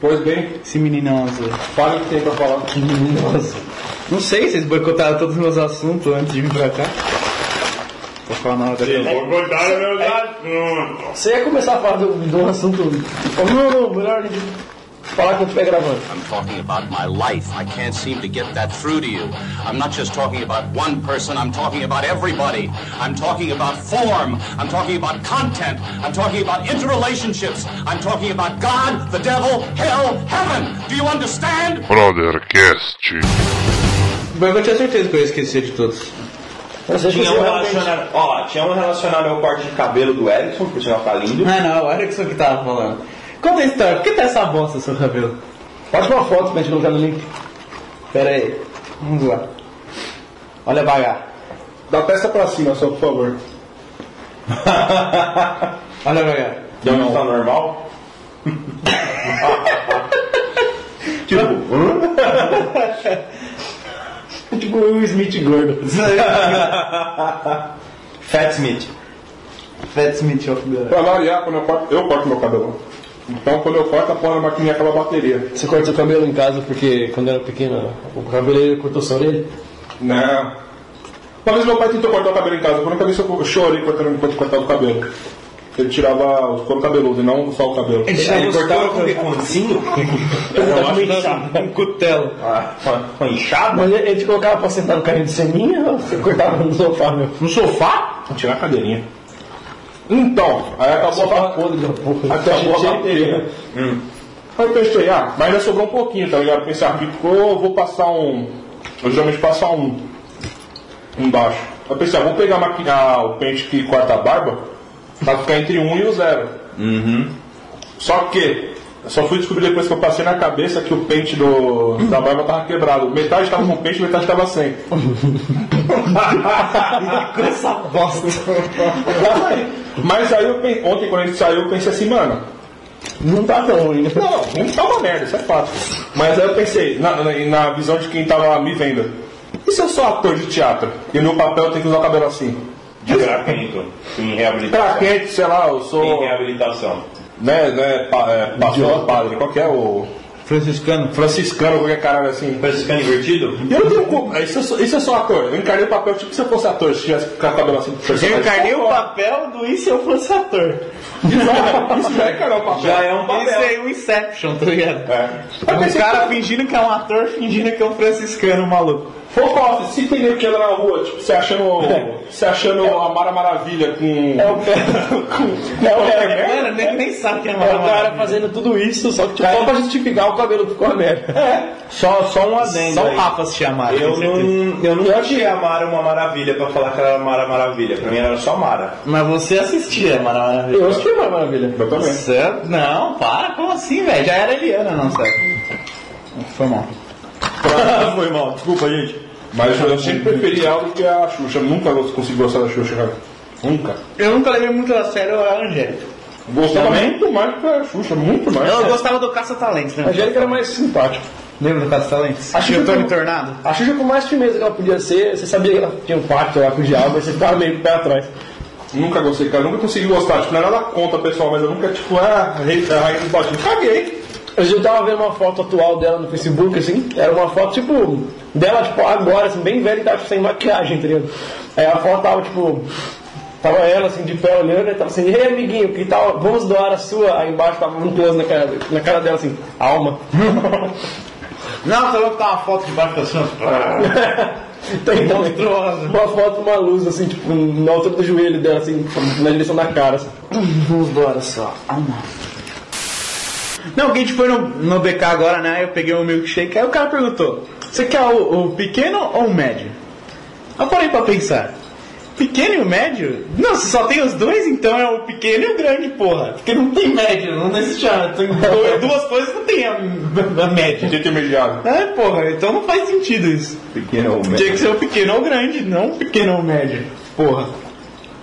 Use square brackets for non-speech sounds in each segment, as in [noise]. Pois bem, Esse meninosa. fale o que tem pra falar. Que meninosa. Não sei, vocês boicotaram todos os meus assuntos antes de vir pra cá. Vou falar na hora da Vou botar meus assuntos. Você ia começar a falar de um, de um assunto. Oh, não, não, melhor a gente falar quando estiver gravando. I'm talking about my life. I can't seem to get that through to you. I'm not just talking about one person, I'm talking about everybody. I'm talking about form. I'm talking about content. I'm talking about interrelationships. I'm talking about God, the devil, hell, heaven. Do you understand? Brothercast. Mas eu tinha certeza que eu ia esquecer de todos. Você Tinha um esqueceu realmente. relacionado. Ó, tinha um relacionado ao corte de cabelo do Erickson, por sinal tá lindo. Ah não, era isso que tava falando. Conta a história, por que tá essa bosta no seu cabelo? Bota uma foto pra gente colocar no link. Pera aí. Vamos lá. Olha vagar. Da testa pra cima, só por favor. [laughs] Olha pra cá. Deu não. tá normal? [laughs] tipo, [laughs] hã? Tipo o Will Smith gordo. [laughs] Fat Smith. Fat Smith of the... Pra variar, quando eu corto, eu corto meu cabelo. Então quando eu corto, a porra da maquininha acaba a bateria. Você corta seu cabelo em casa porque quando era pequeno o cabeleireiro cortou sua orelha? Não. Uma vez Né? meu pai tentou cortar o cabelo em casa, por uma cabeça eu chorei cortando enquanto cortava o cabelo. Ele tirava o couro cabeludo e não só o cabelo. Ele cortava com [laughs] beconzinho? Eu acho Um cutelo. Ah, com- com enxada? Mas ele ele te colocava pra sentar no carrinho de seminha ou você cortava no sofá, meu? No sofá? Vou tirar a cadeirinha. Então, aí acabou a Sofá bateria. podre da porra. Até a boa bateria. Aí eu pensei, ah, mas ainda sobrou um pouquinho, tá ligado? Pensei, ah, ficou, eu vou passar um. Eu geralmente passo um. Embaixo. Aí eu pensei, ah, vou pegar a maqui- ah, o pente que corta a barba pra ficar entre um e o zero. Uhum. Só que, eu só fui descobrir depois que eu passei na cabeça que o pente do, da barba tava quebrado. Metade tava com pente, metade [laughs] tava sem. Essa bosta. Mas aí, eu, pen- ontem quando a gente saiu, eu pensei assim, mano, Não tá tão ruim, né? Não, não tá uma merda, isso é fato. Mas aí eu pensei, na, na- na visão de quem tava me vendo, e se eu sou ator de teatro e meu papel tem que usar o cabelo assim? De grafento. Em Pra reabilitação. quente, sei lá, eu Em sou. reabilitação. né, né, pa, é, pastor, padre, qualquer, o. Franciscano. franciscano, qualquer caralho assim. Parece ficar divertido? E eu não tenho culpa, isso eu sou, isso eu sou ator, eu encarnei o papel tipo se eu fosse ator, se tivesse com o cabelo assim. pro personagem. papel do Isso Eu Fosse Ator. Exato, [laughs] Isso já é encarnar o papel. Já é um Isso papel. aí é o Inception, tá ligado? É. Aí Um pensei, cara fingindo que é um ator, fingindo que é um franciscano maluco. Folk office, se tem nego que anda na rua, tipo, se [laughs] achando. se achando a Mara Maravilha com. É o [laughs] com, é o Mano, nem, nem sabe quem é É o maluco. cara fazendo tudo isso, só que tipo, só pra justificar o cabelo ficou a [laughs] merda. É. Só, só um adendo. Só o aí. Rafa se chamar. Eu não, eu não achei a Mara uma maravilha pra falar que ela era Mara Maravilha. Pra mim ela era só [laughs] Mara. Mas você assistia, mano. maravilha. Eu acho que é uma maravilha. Eu também. Você- Não, para, como assim, velho? Já era Eliana, não, sério. Foi mal. Ah, Foi mal, desculpa, gente. Mas eu sempre preferi algo que a Xuxa. Nunca consegui gostar da Xuxa, cara. Nunca. Eu nunca levei muito a sério a Angélica. Gostava Também? muito mais do que a Xuxa, muito mais. É. Eu gostava do Caça-Talentos, A né? Angélica era mais simpática. Lembra do Caça-Talentos? Acho que eu tô eu- me tornado. A Xuxa, com mais firmeza que ela podia ser, você sabia que ela tinha um pacto lá com o diabo, mas você ficava meio com o pé atrás. Nunca gostei, cara. Nunca consegui gostar. Tipo, não era nada contra pessoal, mas eu nunca, tipo, ah, rei, a rainha do botinho. Caguei. Hoje eu tava vendo uma foto atual dela no Facebook, assim, era uma foto, tipo, dela, tipo, agora, assim, bem velha, e tava, tipo, sem maquiagem, tá ligado? Aí a foto tava, tipo, tava ela, assim, de pé olhando, e tava assim, ei, amiguinho, que tal, vamos doar a sua? Aí embaixo tava um close na cara, na cara dela, assim, [laughs] alma. Não, você vai botar uma foto debaixo da sua. Então, então, Monstruosa. uma foto, uma luz, assim, tipo, na altura do joelho dela, assim, na direção da cara, assim. Vamos embora só. Ah, Não, que a gente foi no, no BK agora, né? Eu peguei um milkshake, aí o cara perguntou: Você quer o, o pequeno ou o médio? Eu parei pra pensar: Pequeno e o médio? Não, se só tem os dois, então é o pequeno e o grande, porra. Porque não tem médio, não existe. a- Tem do- duas coisas não tem a, a média. Intermediário. É, porra, então não faz sentido isso. Pequeno Tinha que ser o pequeno ou o grande, não o pequeno ou o médio. Porra.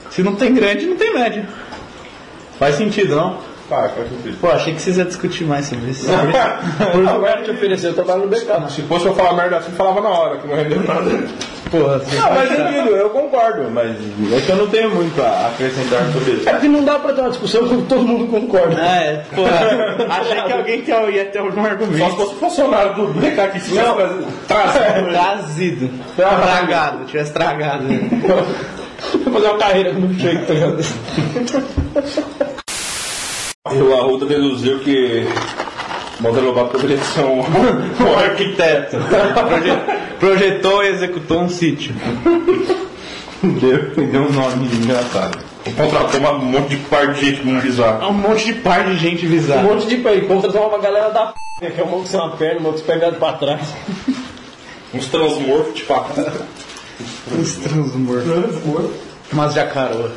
Se não tem grande, não tem médio. Faz sentido, não? Tá, é faz sentido. Pô, achei que vocês iam discutir mais sobre isso. Por isso, agora te ofereceu, eu trabalho no BK. Se fosse eu falar merda assim, falava na hora, que não rendeu nada. porra. Assim. Não, mas eu digo, eu concordo, mas é que eu não tenho muito a acrescentar sobre isso. É porque não dá pra ter uma discussão quando todo mundo concorda. Ah, é, porra. Achei que alguém tinha- ia ter algum Só argumento. se fosse funcionário do BK aqui, se Tá. tivesse trazido. Trazido. Trazido. Tragado, tivesse tragado. Vou fazer uma carreira com o milkshake, tá ligado? O Arruda deduziu que Monteiro Lobato poderia ser um, [laughs] [laughs] um arquiteto. Proje- Projetou e executou um sítio. Deu, deu um nome engraçado. Contratou uma- um monte de par de gente muito bizarro. Um monte de par de gente Um visada. monte de pai, contratar uma galera da p, né, que é um monte sem uma perna, um monte pegado pra trás. Uns transmorfos, tipo. a- Uns transmortos. Umas [laughs] jacaroa.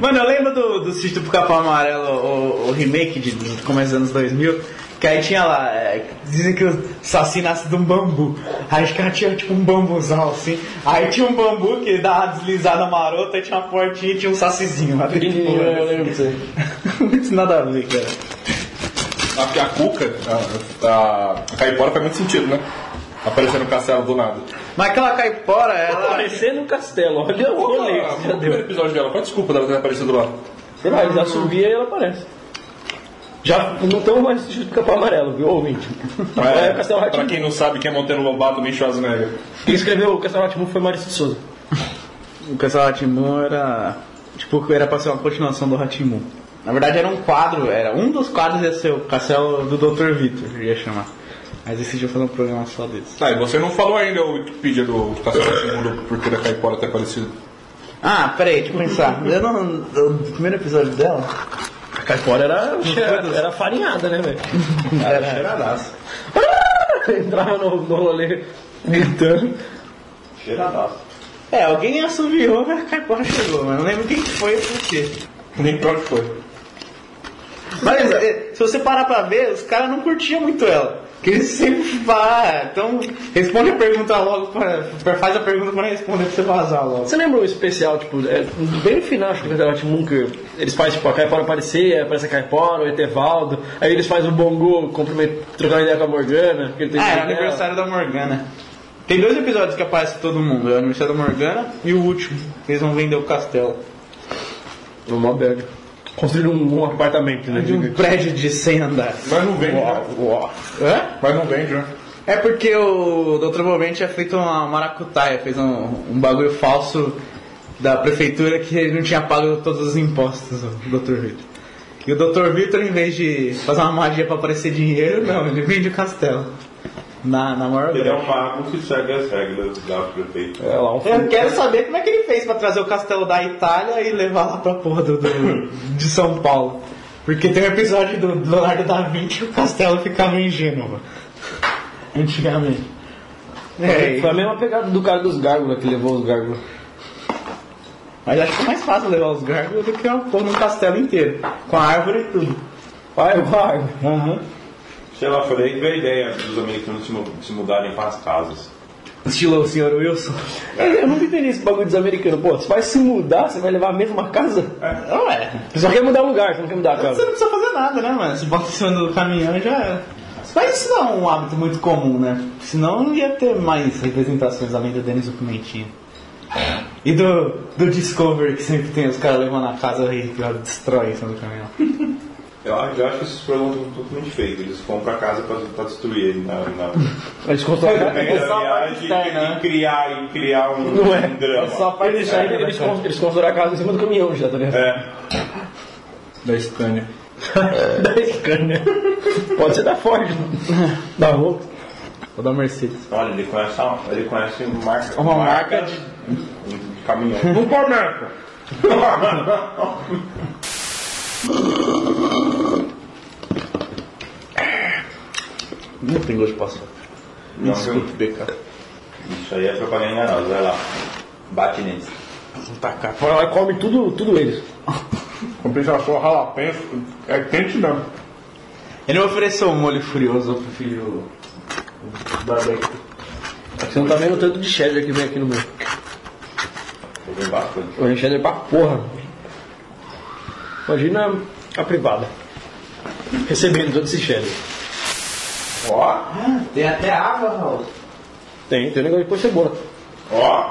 Mano, eu lembro do, do Sítio do Pica-Pau Amarelo, o, o remake de, do começo dos anos 2000, que aí tinha lá, é, dizem que o Saci nasce de um bambu. Aí os caras tinham tipo um bambuzão assim. Aí tinha um bambu que dava uma deslizada marota, aí tinha uma portinha e tinha um sacizinho lá dentro. Pequenininho, eu lembro disso aí. [laughs] Isso nada a ver, cara. A, porque a cuca, a, a, a caipora faz muito sentido, né? Aparecendo no castelo do nada. Mas aquela caipora, ela. Aparecendo no castelo, olha o rolê que já o primeiro deu. episódio dela? Qual a desculpa dela ter aparecido lá? Sei lá, eles já subia e ela aparece. Já não estamos mais assistindo Capão Amarelo, viu, ouvinte? É, o Castelo pra Ratimbu. quem não sabe, quem é Monteiro Lobato, nem Schwarzenegger. Quem escreveu o Castelo Ratimbu foi Maurício de [laughs] Souza. O Castelo Ratimbu era. Tipo, era pra ser uma continuação do Ratimbu. Na verdade era um quadro, era um dos quadros ia ser o Castelo do Dr. Vitor, eu ia chamar. Mas decidiu fazer um programa só desse. Ah, e você não falou ainda o Wikipedia do Castelo Rá-Tim-Bum, do porquê da caipora ter aparecido. Ah, peraí, deixa eu pensar. Eu não. O primeiro episódio dela? A [laughs] Caipora era, era, era farinhada, né, velho? [laughs] Era cheiradaço. Entrava no, no rolê gritando. Cheiradaço. É, alguém assoviou e a caipora chegou, mas eu não lembro quem que foi e por quê. Nem pra onde foi. Mas eh, se você parar pra ver, os caras não curtiam muito ela. Que eles sempre falam, ah, então responde a pergunta logo, pra, pra- faz a pergunta pra responder pra você vazar logo. Você lembra um especial, tipo, é, bem no final acho que do Castelo Ratimbu, que eles fazem, tipo, a Caipora aparecer, aí aparece a Caipora, o Etevaldo, aí eles fazem o Bongo cumprimentar, trocar ideia com a Morgana. que ele tem Ah, era dela. aniversário da Morgana. Tem dois episódios que aparece todo mundo, é o aniversário da Morgana e o último. Eles vão vender o castelo. Uma bega. Construíram um, um apartamento, Ah, né? De um prédio de 100 andares. Mas não vende, Uó, né? uó. Hã? Mas não vende, né? É porque o Dr. Bobente tinha feito uma maracutaia, fez um, um bagulho falso da prefeitura que ele não tinha pago todos os impostos, o Dr. Vitor. E o Dr. Vitor, em vez de fazer uma magia pra aparecer dinheiro, não, ele vende o castelo. Na, na maior Ele é um mago que segue as regras da prefeitura. É lá, um Eu quero saber como é que ele fez pra trazer o castelo da Itália e levar lá pra porra do, do- de São Paulo. Porque tem um episódio do Leonardo da Vinci que o castelo ficava em Gênova. Antigamente. É, Foi a mesma pegada do cara dos gárgulas que levou os gárgulas. mas acho que é mais fácil levar os gárgulas do que uma porra num castelo inteiro. Com a árvore e tudo. Vai, vai. Aham. É. Sei lá, foi daí que veio a ideia dos americanos se, mu- se mudarem para as casas. Estilo o senhor Wilson. É, Eu nunca entendi esse bagulho dos americanos. Pô, você vai se mudar, você vai levar a mesma casa? Não é. Você só quer mudar o lugar, você não quer mudar a Você casa. não precisa fazer nada, né, mano? Você bota em cima do caminhão e já era. Mas isso não é um hábito muito comum, né? Senão não ia ter mais representações além do Denis do Pimentinha. E do, do Discovery, que sempre tem os caras levando a casa e que ela destrói em cima do caminhão. Eu, acho- um eu acho que esses programas são totalmente feios. Eles vão para casa para destruir ele na, [laughs] na Eles constroem na primeira É só a parte viagem externa, né? e criar, e criar um, Não é. um drama. É só a parte Eles, externa da eles, casa. con- eles constroem a casa em cima do caminhão já, tá ligado? É. Da Scania. [laughs] Da Scania. Tá Pode ser da Ford. [laughs] Da Volks. Ou da Mercedes. Olha, ele conhece, uma- ele conhece uma marca, Uma marca de um caminhão. Não começa! Não tem gosto de passar. Não, Desculpe, BK. Isso aí é propaganda enganosa, vai lá. Bate neles. Vou tacar. Vai Tá, lá e come tudo, tudo eles. Compensação, ralapenso. É quente não. Ele ofereceu um molho furioso pro filho barbecue. Você não tá vendo o tanto de cheddar que vem aqui no meu. Joguei bastante. O é cheddar pra porra. Imagina a privada. Recebendo todo esse cheddar. Ó, Tem até água, Raul. Tem, tem negócio de pôr cebola. Ó,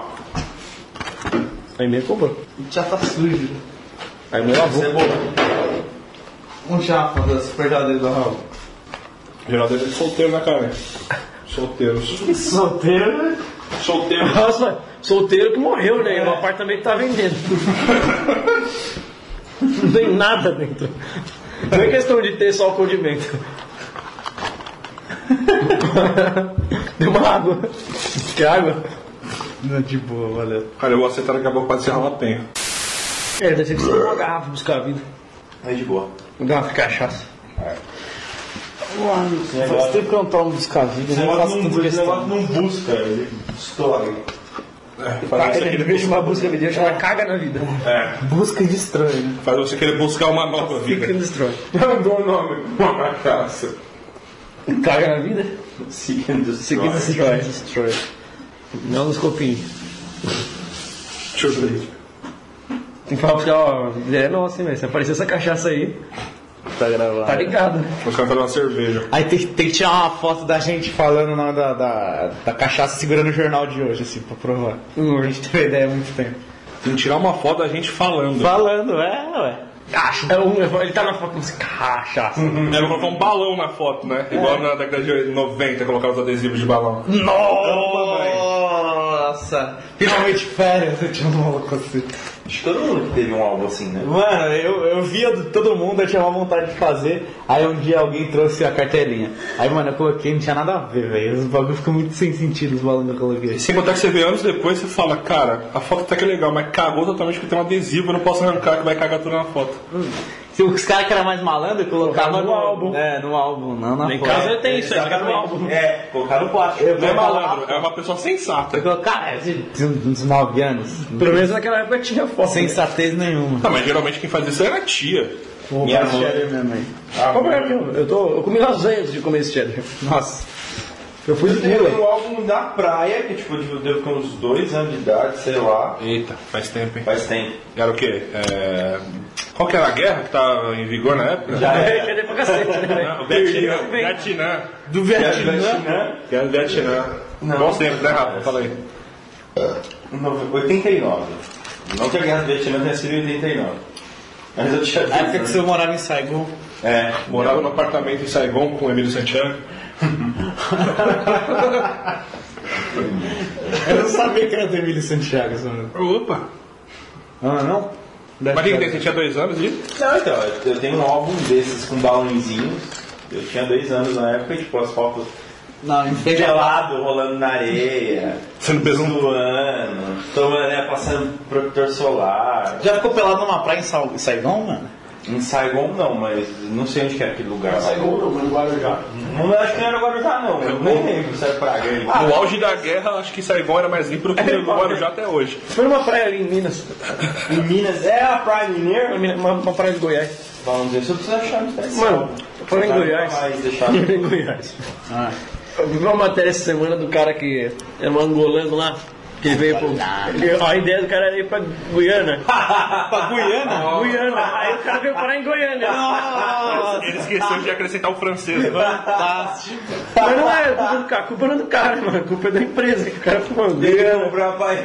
Aí mesmo comprou. Já tá sujo. Aí mesmo lavou. é Cebola. Um japa da super geladeira do Raul. geladeira de solteiro, né, cara? Solteiros. Solteiro, né? Solteiro. Nossa, solteiro que morreu, né? E O apartamento tá [laughs] vendendo. Não tem nada dentro. Não é questão de ter só o [laughs] condimento. Deu uma água. Que água? Não, de boa, valeu. Cara, eu vou aceitar daqui a pouco pra ser jalapenho. É, deve ser que você tem uma garrafa buscar a vida. Aí É de boa. Uma garrafa de cachaça. Faz tempo que eu não um tomo descavido, Esse negócio não, esse negócio não busca, ele estoura. Faz você, Ele querer, veio chamar busca vida, chama caga na vida. Busca de estranho. faz você querer buscar uma nova vida. né? Fica no destrói. Já mudou o nome. Uma cachaça. Caga na vida? Seek and destroy. Fica no destrói. Não nos copinhos. Deixa eu ver. Tem que falar porque, ó, é nossa, hein, velho. Se aparecer essa cachaça aí, Tá gravado. tá ligado. Vou cantar uma cerveja. Aí tem, que- tem que tirar uma foto da gente falando na, da, da, da cachaça segurando o jornal de hoje, assim, pra provar. A gente teve ideia há muito tempo. Tem que tirar uma foto da gente falando. Falando, é, ué. Acho. É um, ele tá na foto assim, cachaça. Era colocar um balão na foto, né? Igual na década de 90, colocar os adesivos de balão. Nossa! Finalmente férias, eu tinha um maluco assim. Acho que todo mundo que teve um álbum assim, né? Mano, eu, eu via de todo mundo, eu tinha uma vontade de fazer. Aí um dia alguém trouxe a cartelinha. Aí, mano, eu coloquei, não tinha nada a ver, velho. Os bagulho ficam muito sem sentido, os balões que eu coloquei. Sem contar que você vê anos depois, você fala, cara, a foto até que é legal, mas cagou totalmente porque tem um adesivo, eu não posso arrancar que vai cagar tudo na foto. Se os caras que eram mais malandros colocavam Colocava no álbum. É, no álbum, não na Em foto. casa tem isso, é no álbum. É, colocaram plástico. Eu Não é colocava- malandro, é uma pessoa sensata. Eu colocava, é, de uns 9 anos. assim, Pelo menos naquela época tinha foto. Sem sensatez nenhuma. Não, mas geralmente quem fazia isso era a tia. Minha avó. Como é, meu? Eu, tô, eu comi lasanha antes de comer esse cheddar. Nossa. Eu fui de Eu teve um Lula. álbum da praia, que tipo, eu devo ter uns dois anos de idade, sei lá. Eita, faz tempo, hein? Faz tempo. Era o quê? É... Qual que era a guerra que tava em vigor na época? Já [laughs] É, era. cheddar pra cacete, né, Não, velho? o Vietnã. Bem. Vietnã. Do Era Vietnã. Vietnã, Guerra do Vietnã. Bom tempo, né, Rafa? Fala aí. no- 89. Não que a guerra do Vietnã tenha sido em 89. Mas eu tinha Na época que visto, você morava em Saigon. né? É, Morava num apartamento em Saigon com o Emílio Santiago. Eu não sabia que era do Emílio Santiago, esse mano. Opa! Ah, não? Mas quem que tem? Você tinha dois anos e... Não, então, eu tenho um álbum desses com balãozinhos. Eu tinha dois anos na época e, tipo, as fotos Não, entende gelado rolando na areia, Você não fez um suando, tomando, né, passando protetor solar. Já ficou pelado numa praia em Sa- em Saigon, mano? Em Saigon não, mas não sei onde que é aquele lugar. Pegou não, mano, Guarujá. Não acho que não era Guarujá não, eu nem lembro se era Praga. No auge da guerra, acho que Saigon era mais limpo do que o Guarujá até hoje. Foi numa praia ali em Minas. Em Minas, é a Praia Mineira? Uma, uma praia de Goiás. Balãozinho, se eu precisar achar, não sei. Mano, falando em Goiás. Mas [laughs] deixar. Falando em Goiás. Ah. Eu vi uma matéria essa semana do cara que era um angolano lá. Que ele veio pro. ele- A ideia do cara era ir pra Guiana. [laughs] Pra Guiana? Guiana. Aí o cara veio parar em Goiânia. Ele esqueceu de acrescentar o francês. né? Fantástico. Mas não é culpa do cara, a culpa não é do cara, mano. A culpa é da empresa que o cara fumou. Vamos pra Praia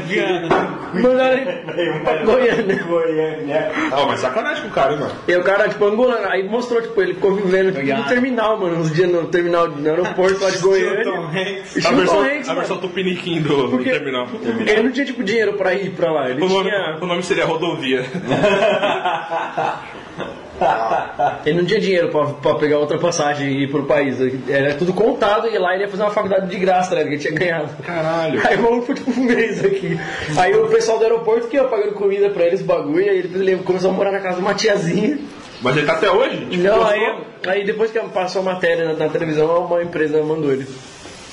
Mandaram ele pra Goiânia. Goiânia. Ah, mas sacanagem com o cara, hein, mano. E o cara, tipo, angolano. Aí mostrou, tipo, ele ficou vivendo tipo, no terminal, mano. Uns dias no terminal, no aeroporto lá de então. Goiânia. A Chupa versão, o Hanks, a mano. versão tupiniquim do, do Porque- terminal. Ele não tinha, tipo, dinheiro pra ir pra lá. Ele O nome, tinha... o nome seria Rodovia. Ele não tinha dinheiro pra, pra pegar outra passagem e ir pro país. Era tudo contado e lá ele ia fazer uma faculdade de graça, tá ligado? Que ele tinha ganhado. Caralho. Aí o maluco foi tipo um mês aqui. Aí o pessoal do aeroporto que ia pagando comida pra eles, bagulho. Aí depois ele começou a morar na casa de uma tiazinha. Mas ele tá até hoje? Tipo, Não, gostou? aí, aí depois que passou a matéria na, na televisão, uma empresa mandou ele.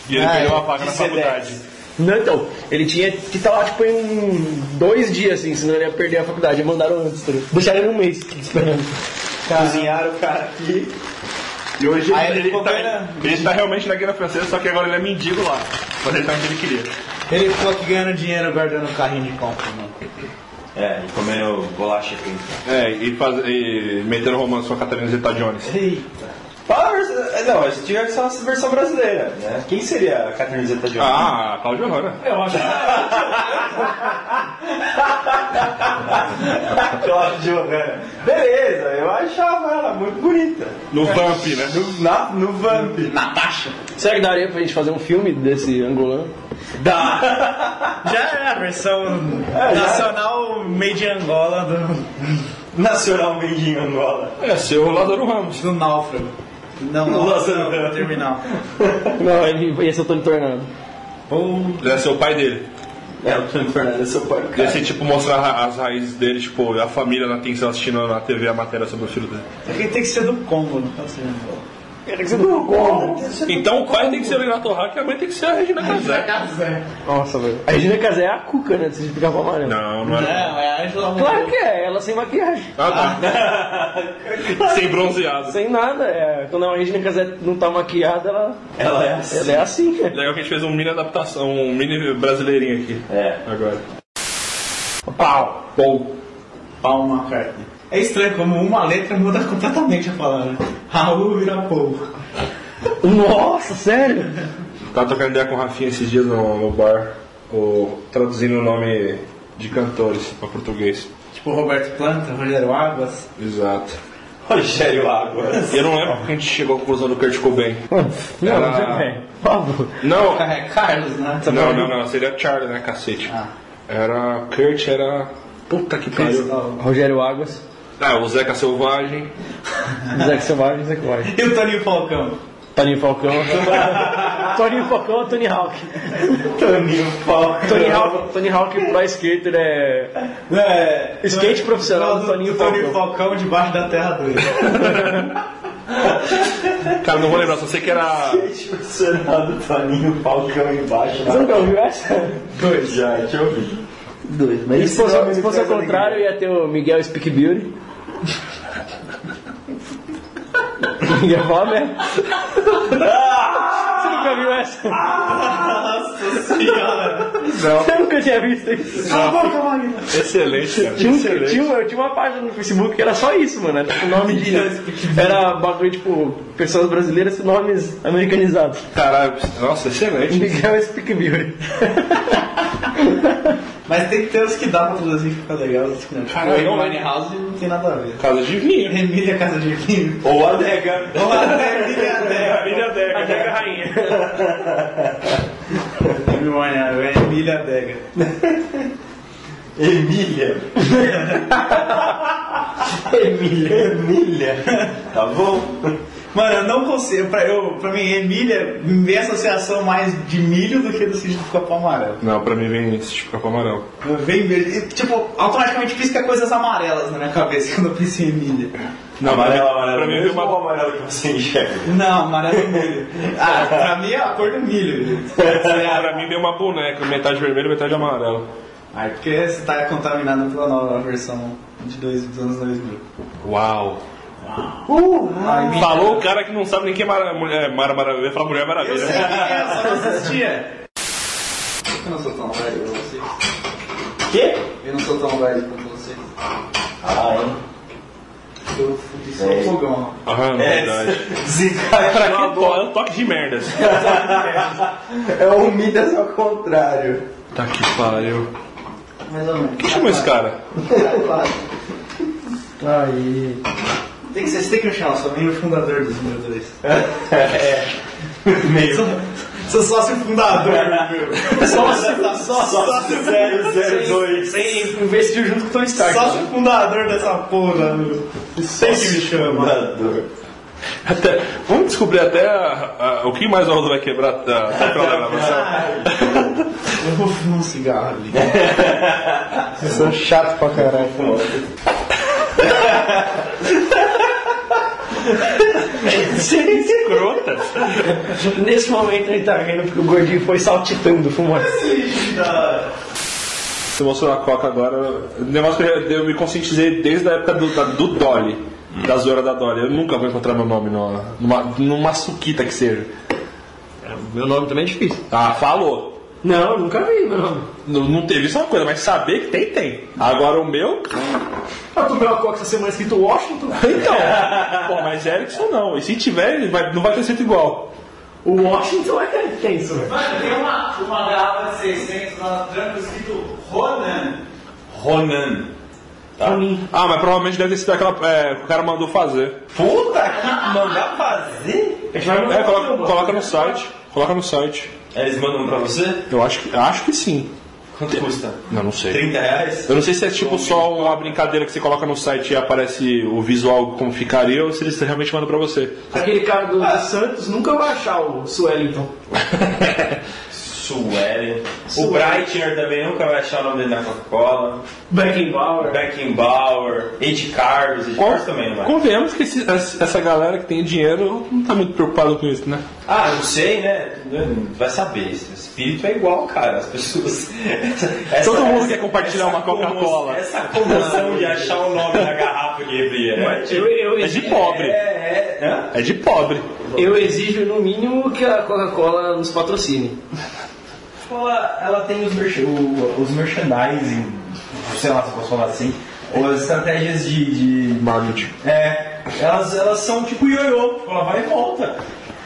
E ele Ah, perdeu é. uma vaga na Isso é faculdade. Não, então, ele tinha que estar lá tipo em dois dias, assim, senão ele ia perder a faculdade. Mandaram antes, tá ligado? Deixaram ele um mês esperando. Cozinharam o cara aqui. E hoje Aí ele, ele ficou tá, bem, né? ele tá realmente na Guerra Francesa, só que agora ele é mendigo lá. Mas ele tá onde ele queria. Ele ficou aqui ganhando dinheiro guardando o carrinho de compra, mano. É, e comendo bolacha aqui. É, e, faz, e metendo romance com a Catarina Zeta Jones. Eita. Fala a vers- Não, a gente tinha que ser uma versão brasileira, né? Quem seria a Catherine Zeta Jones? Ah, Cláudio Hanna. Eu acho Ah. [laughs] Cláudia Giovanna. Beleza, eu achava ela muito bonita. No Vamp, né? No, na, no Vamp. Natasha. Será que daria pra gente fazer um filme desse angolano? Da... Já é a versão é. nacional meio de Angola do, Nacional Mendinho Angola. É, seu Lázaro Ramos. do náufrago. Não, não, Nossa, não, não. terminal. Não, ele ia ser o Tony Tornado. Ou Deve ser o pai dele. É, o Antônio Fernandes é seu pai. Deve ser, tipo, mostrar ra- as raízes dele, tipo, a família na atenção assistindo na TV a matéria sobre o filho dele. ele tem É que ser do Congo, não pode ser de Angola. Então o pai tem que ser o Renato Hack e a mãe tem que ser a Regina Casé. Nossa, velho. A Regina Casé é a Cuca, né? Antes de ficar com amarelo. Não, não era. Não, é a Angela Claro que é, ela sem maquiagem, Ah, [laughs] tá. Sem bronzeado. sem nada. É, quando a Regina Casé não tá maquiada, ela, Ela é assim. ela é assim, cara. Legal que a gente fez um mini adaptação, um mini brasileirinho aqui. É. Agora. Pau. Paul. Paul McCartney. É estranho como uma letra muda completamente a palavra. Raul vira Paul. Nossa, sério? Tava trocando ideia com o Rafinha esses dias no, no bar, o- traduzindo o nome de cantores pra português. Tipo Roberto Planta, Rogério Águas. Exato. Rogério [laughs] Águas. E eu não lembro porque a gente chegou à conclusão do Kurt Cobain. Não, Ela- já é. Por favor. Não, É Carlos, né? não, não, não, seria Charlie, né, cacete. Ah. Era. Kurt era. Puta que pariu. Cristóvão. Rogério Águas, Ah, o Zeca Selvagem. Zé Selvagem, Zé Selvagem. E o Toninho Falcão? é Toninho Falcão. [laughs] Toninho Falcão Tony Hawk. Toninho Falcão. Tony Hawk, Tony Hawk pro skater é. É, Skate profissional não, do Toninho Toninho Falcão debaixo da terra dele. Cara, não vou lembrar, só sei que era. Gente, o Senado Tá Toninho Falcão embaixo. Você nunca ouviu essa? Dois. Já, deixa eu ouvir. Dois, mas. E se Esse fosse, nome se fosse ao faz contrário, ia ter o Miguel Speak Beauty. Ia falar merda. é né? Você nunca viu essa? Ah, Você nunca tinha visto isso? Ah, Excelente, cara. Tinha, um- Excelente. tinha uma, eu tinha uma página no Facebook que era só isso, mano. Era tipo nome de. Era bagulho, tipo, pessoas brasileiras com nomes americanizados. Caralho, nossa, é excelente. Miguel Speak Beauty. Mas tem que ter os que dá pra produzir que fica legal. os que não. Tipo, Caralho, o não, Amy House não tem nada a ver. Casa de vinho. Remília Casa de Vinho. Ou Adega. Ou até Emília Adega. É, Família Deca. é Deca Rainha. né, Emília- Emília Adega. Emília. Emília. Emília. Tá bom? Mano, eu não consigo. Pra, eu, pra mim, Emília me vem a associação mais de milho do que do sítio do Capão Amarelo. Não, pra mim vem esse tipo de camarão. Vem milho. e, Tipo, automaticamente pisca coisas amarelas na minha cabeça [laughs] quando eu penso em Emília. Não, Amarelo, Pra amarelo. mim veio Mesmo ou uma. amarelo que você enxerga? Não, amarelo é milho. Ah, pra mim é a cor do milho. Pra mim veio uma boneca, metade vermelho, metade amarelo. é Ah, porque você tá contaminado pela nova versão de dois, dos anos 2000. Uau. Ai, Falou o cara que não sabe nem quem é Mara, mulher, Mara Maravilha, fala Mulher Eu sei quem Maravilha. é, eu só não assistia. Eu não sou tão velho quanto vocês. Quê? Eu não sou tão velho quanto vocês. Ah, hein? Eu fui só É. um pouco. Fogão. Ah, não, É, verdade. Pra desencaixou que a to bola. é um toque de merdas? É o Midas ao contrário. Tá que pariu. Mais ou menos. Quem chamou esse cara? Aí. Tem que ser, você tem que achar, eu sou meio fundador dos 2002. Meio. Sou sócio fundador, né, meu. Sócio, sócio, sócio, Sem investiu junto com o Tony Stark. sócio fundador dessa porra, meu. Sei que me chama. Fundador. Até, vamos descobrir até a- a- o que mais o Aldo vai quebrar tá, né? até o programa. Eu vou fumar um cigarro ali. Vocês são chato pra caralho. Gente, escrota. Nesse momento ele tá rindo porque o gordinho foi saltitando fumaça. Você mostrou a coca agora. O negócio que eu, eu me conscientizei desde a época do, da, do Dolly. Da zoeira da Dolly. Eu nunca vou encontrar meu nome numa, numa, numa suquita que seja. Meu nome também é difícil. Ah, falou. Não, nunca vi, meu nome. Não, não teve isso é uma coisa, mas saber que tem, tem. Agora o meu. [laughs] Ah, tu meu coca essa semana escrito Washington? Então. Pô, mas Erickson não. E se tiver, ele vai- não vai ter sido igual. O Washington é tenso, velho. Mano, tem uma, uma garrafa de 600 lá no trampo escrito Ronan. Ronan. Pra mim. Ah, mas provavelmente deve ter sido aquela. É, que o cara mandou fazer. Puta que mandar fazer? A gente vai É, mandar coloca, fazer uma. coloca no site. Coloca no site. Eles mandam pra você? Eu acho que, acho que sim. Quanto custa? Eu não sei. 30 reais? Eu não sei se é tipo só uma brincadeira que você coloca no site e aparece o visual como ficaria ou se eles realmente mandam pra você. Aquele cara do, Ah. do Santos nunca vai achar o Swellington. Suelen. O Breitner também nunca vai achar o nome dele na Coca-Cola. Beckenbauer. Beckenbauer. Ed Carlos. Ed Carlos também, vai. Convenhamos que esse- essa galera que tem dinheiro não tá muito preocupado com isso, né? Ah, não sei, né? Vai saber. O espírito é igual, cara. As pessoas. Essa- [laughs] Todo mundo essa- quer compartilhar essa uma Coca-Cola. como- Essa comoção de achar o nome da garrafa que abria, né? Eu, eu, É de pobre. É, é. Hã? É de pobre. eu exijo no mínimo que a Coca-Cola nos patrocine. Ela, ela tem os, merch- o- os merchandising, sei lá se eu posso falar assim, ou as estratégias de. de Marketing. é, elas, elas são tipo ioiô, tipo, ela vai e volta.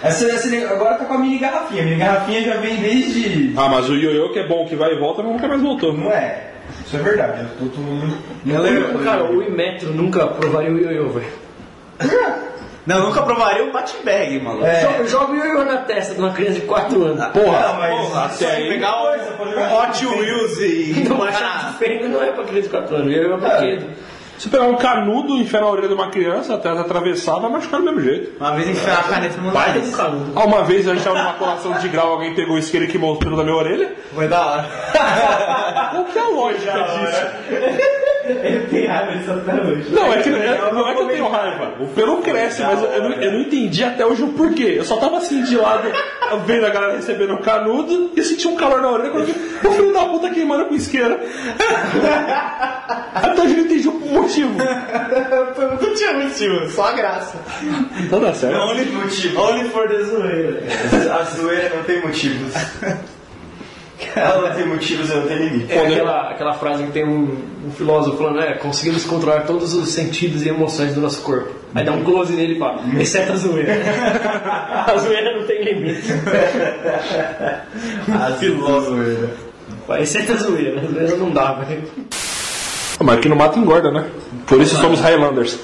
Essa, essa, agora tá com a mini garrafinha. A mini garrafinha já vem desde. Ah, mas o ioiô que é bom, que vai e volta, mas nunca mais voltou. Não é? Isso é verdade. Eu tô, É. tô muito. Eu lembro, cara, o Imetro nunca provaria o ioiô, velho. Não, nunca provaria o Batbag, maluco. É. Joga- Joga o ioiô na testa de uma criança de 4 anos. Porra, Não, mas até aí. Pegar o Coisa, pode jogar Hot Wheels e. Não achar Então, de feio não é pra criança de 4 anos. O ioiô é pra quê? Se pegar um canudo e enfiar na orelha de uma criança até ela atravessar, vai machucar do mesmo jeito. Uma vez enfiar a caneta no nariz. Nunca, nunca. Ah, uma vez eu estava numa colação de grau, alguém pegou o isqueiro que mostrou da minha orelha. Foi da hora. Qual que é a lógica disso? Ele tem raiva disso até hoje. Não, é que, é- não é que eu tenho raiva. O pelo cresce, mas eu, eu não, eu não entendi até hoje o porquê. Eu só tava assim de lado, vendo a galera recebendo o canudo e eu senti um calor na orelha quando eu vi o filho da puta queimando com isqueira. [laughs] Até hoje eu não entendi o motivo. Não tinha motivo, só a graça. Não dá certo. Only motivo. Only for the zoeira. A zoeira não tem motivos. Ela não tem motivos, ela não tem limite. É Quando- aquela, aquela frase que tem um, um filósofo falando, né? Conseguimos controlar todos os sentidos e emoções do nosso corpo. Aí dá um close nele e fala, exceto a zoeira. [laughs] a zoeira não tem limite. [laughs] A filósofa. Fala, Exceto a zoeira. A zoeira não dá, velho. Ah, Mas aqui no mato engorda, né? Por isso somos Highlanders.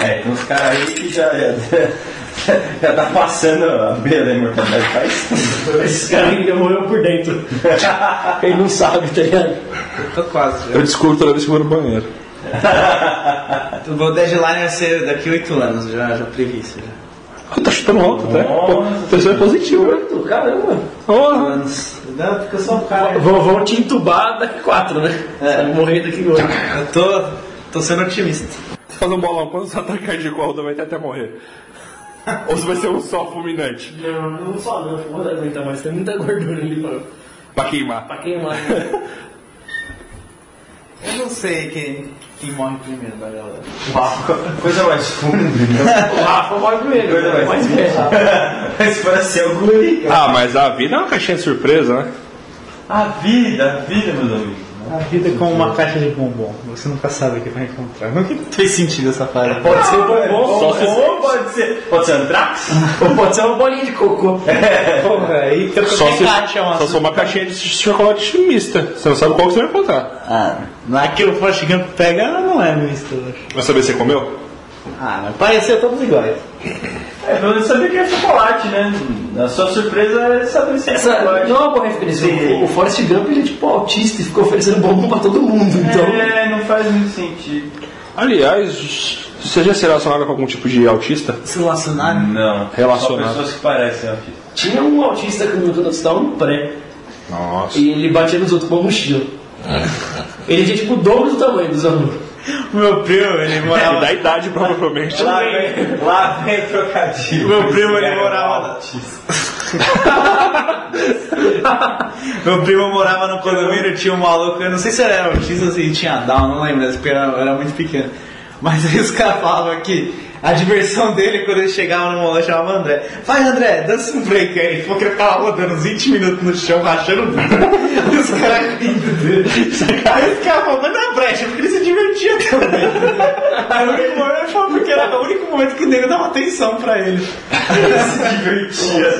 É, tem uns caras aí que já, já, já tá passando a beira da imortalidade faz. Esses caras ainda morreram por dentro. Ele não sabe, tá ligado? Tô quase. Eu descubro toda vez que vou no banheiro. O meu deadline vai ser daqui 8 anos, já, já previsto. Já. Ah, Tá chutando alto até. Pô, terceiro é positivo, né? Oito, Caramba. Porra. Não, porque eu sou um cara. Vão, vão te entubar daqui quatro, né? Vai morrer daqui oito. Eu tô, tô sendo otimista. Fazer um bolão, quantos atacantes de corda vai ter até morrer? Ou se vai ser um só fulminante? Não, não só não. Vou aguentar mais. Tem muita gordura ali pra, Pra queimar. pra queimar. Eu não sei quem, quem morre primeiro tá da galera. Coisa mais funda, O Rafa morre primeiro. Coisa né? mais Mas assim, é. mas parece ser o guri, cara. Ah, mas a vida é uma caixinha de surpresa, né? A vida, a vida, meus amigos. A vida é como uma caixa de bombom. Você nunca sabe o que vai encontrar. Não que fez sentido essa parada. Pode ser bom, É, Só se- pode ser. Pode ser Antrax? Ou pode ser uma bolinha de cocô. Porra, é aí tem Só se, caixa, é um uma... só se for uma caixinha de ch- chocolate mista. Você não sabe qual que você vai encontrar. Ah, naquilo que for chegando pra pegar, não é misto, eu acho. Vai saber se você comeu? Ah, mas parecia todos iguais. É, pelo menos sabia que era chocolate, né? A sua surpresa é saber se é Essa chocolate. não é uma boa referência. Sim. O, o Forrest Gump ele é tipo autista e ficou oferecendo bombom pra todo mundo. Então. É, não faz muito sentido. Aliás, você já se relacionava com algum tipo de autista? Se relacionar. Não. Só Relacionado. pessoas que parecem autistas. Tinha um autista que no McDonald's dava um pré. Nossa. E ele batia nos outros com uma mochila. Ele tinha tipo o dobro do tamanho dos alunos. Meu primo, ele É, morava. da idade, provavelmente. Lá vem, lá vem trocadilho. Meu primo, ele Esse cara é morava- autista. [laughs] Meu primo morava no condomínio, tinha um maluco, eu não sei se ele era autista ou se tinha down, não lembro, mas porque era, era muito pequeno. Mas aí os caras falavam que a diversão dele quando ele chegava no molão chamava o André. Vai André, dança um break aí. Ele falou que ele ficava rodando uns 20 minutos no chão, rachando o bico. [laughs] os caras rindo dele. Aí os caras falavam, mas não é brecha, porque ele se divertia também. Aí o único momento, eu falo, porque era o único momento que o nego dava atenção pra ele. Ele se divertia.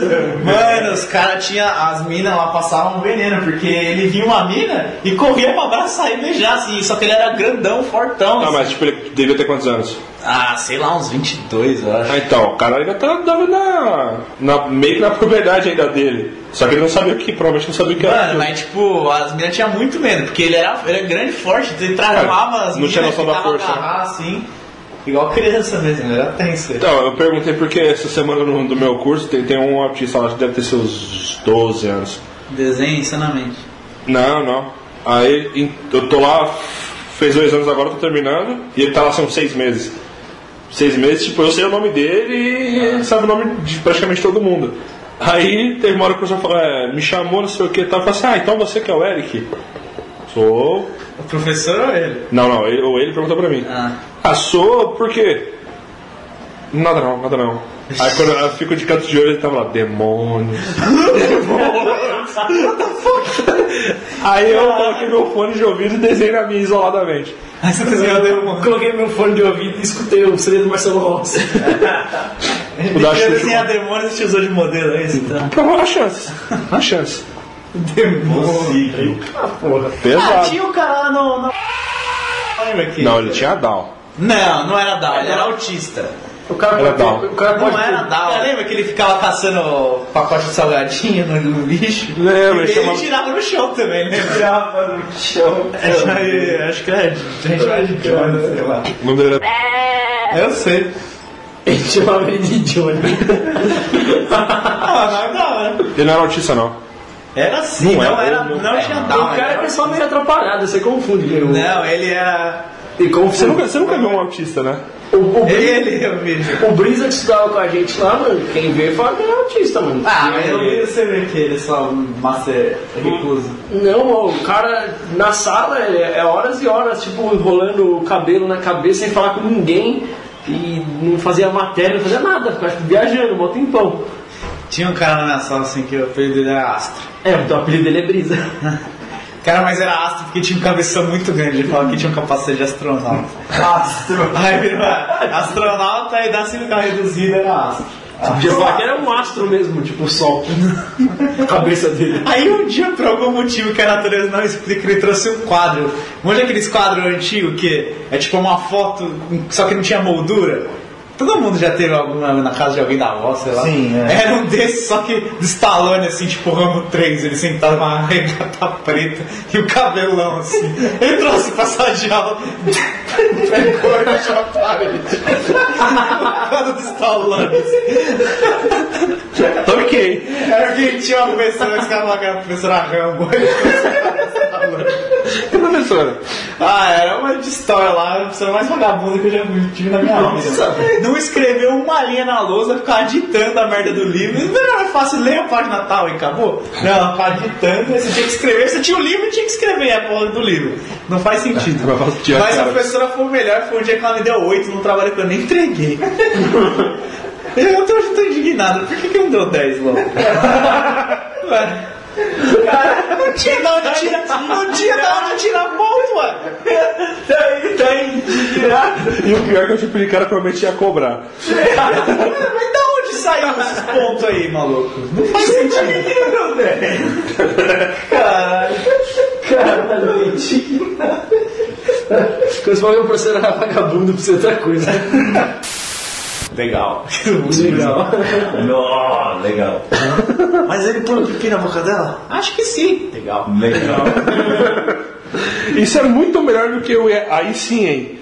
Mano, os caras tinham. As minas lá passavam um veneno, porque ele via uma mina e corria pra abraçar e beijar, assim. Só que ele era grandão, fortão. Ah, assim. mas tipo, ele devia ter quantos anos? Ah, sei lá, uns 22, eu acho. Ah, então, o cara ainda tá dando na, na- meio que na [laughs] propriedade ainda dele. Só que ele não sabia o que, provavelmente não sabia o que era. Mano, aquilo. mas tipo, as minas tinham muito medo, porque ele era, ele era grande, forte, então ele travava as não tinha minas, noção da tentava força, né? agarrar, assim, igual criança mesmo, ele era tenso. Então, eu perguntei porque essa semana no, do meu curso tem, tem um autista lá que deve ter seus 12 anos. Desenho insanamente. Não, não. Aí em- eu tô lá, fez dois anos agora, tô terminando, e ele tá lá são seis meses. Seis meses, tipo, eu sei o nome dele e ele sabe o nome de praticamente todo mundo. Aí teve uma hora que o professor falou, é, me chamou, não sei o que e tal, eu falei assim, ah, então você que é o Eric? Sou. O professor ou ele? Não, não, ele, ou ele perguntou pra mim. Ah. Ah, sou por quê? Nada não, nada não. Aí quando eu fico de canto de olho, ele tava lá, demônios. Aí eu coloquei meu fone de ouvido e desenhei na minha isoladamente. Aí Ah, você tá desenhou Eu coloquei meu fone de ouvido e escutei o CD do Marcelo Rossi. O da Quer Xuxa. desenhar demônios e te usou de modelo, é isso? Então. Então, a chance. A chance. Possível. Ah, Pesado. tinha o cara lá no. no... Lembra que- Não, ele tinha down. Não, não era Down, ele era autista. O Tá, cara Era pode. down. O cara pode. Não era Down. Cara, lembra que ele ficava caçando pacote de salgadinho no, no lixo? Lembra, ele chamava- tirava no chão também, né? É, Tirava no chão. Acho que- Acho que é gente mais de Johnny, sei lá. O nome dele é- era... Eu sei. [laughs] [laughs] Ele chamava ele de Johnny. Ah, mas da hora. Ele não era autista, não. Era assim, não, Não é, era, não não, é. tinha O down. cara é era- pessoal meio atrapalhado, você confunde. viu? assim, Não, ele era. E como Você nunca, você nunca viu um autista, né? O, o, Ele, é Brisa, ele, eu vi. o Brisa que estudava com a gente lá, mano, quem vê fala que é autista, mano. é Ah, mas eu vi você ver que ele só um master recusa. Não, o cara na sala é, é horas e horas, tipo, enrolando o cabelo na cabeça sem falar com ninguém e não fazia matéria, não fazia nada, ficava tipo, viajando, mó tempão. Tinha um cara na minha sala assim que eu apelido dele era Astro. É, então o apelido dele é Brisa. Cara, mas era Astro porque tinha um cabeção muito grande. Ele falava que tinha um capacete de [laughs] astronauta. Astro. Aí virou astronauta e dá assim aquela reduzida, era Astro. Podia falar que era um astro mesmo, tipo o sol. a cabeça dele. Aí um dia, por algum motivo que a natureza não explica, ele trouxe um quadro. Um monte daqueles quadros antigos que é tipo uma foto, só que não tinha moldura. Todo mundo já teve alguma na casa de alguém da avó, sei lá. Sim, é. Era um desses, só que do Stallone, assim, tipo Rambo 3. Ele sentado com uma regata preta e o cabelão, assim. Ele trouxe pra sala de aula. [laughs] Pegou e deixou na parede. [laughs] O quadro do Stallone, assim. Toquei. Era que tinha uma professora que ficava lá, que era a professora Rambo. [laughs] E professora? Ah, era uma de história lá, a professora mais vagabunda que eu já vi- tive na minha vida. Não escreveu uma linha na lousa, ficava ditando a merda do livro. Não era fácil ler a página tal e acabou. Não, ela ficava ditando, aí você tinha que escrever, você tinha o livro e tinha que escrever a porra do livro. Não faz sentido. Mas tinha Mas a cara. professora foi o melhor, foi um dia que ela me deu oito no trabalho que eu nem entreguei. [laughs] Eu até hoje tô indignado, por que, que não deu 10 [laughs] logo? Ué. Cara, não tinha da onde tirar, não tinha da onde tirar ponto, ué. E o pior é que eu tipo de cara provavelmente ia cobrar. Mas da onde saiu esses pontos aí, maluco? Não faz sentido. Caralho. Quando você fala que o professor era vagabundo, pra ser outra coisa. Legal. Legal. Nó, legal. Mas ele põe o pipi na boca dela? Acho que sim. Legal. Legal. Isso é muito melhor do que o ia- aí sim, hein?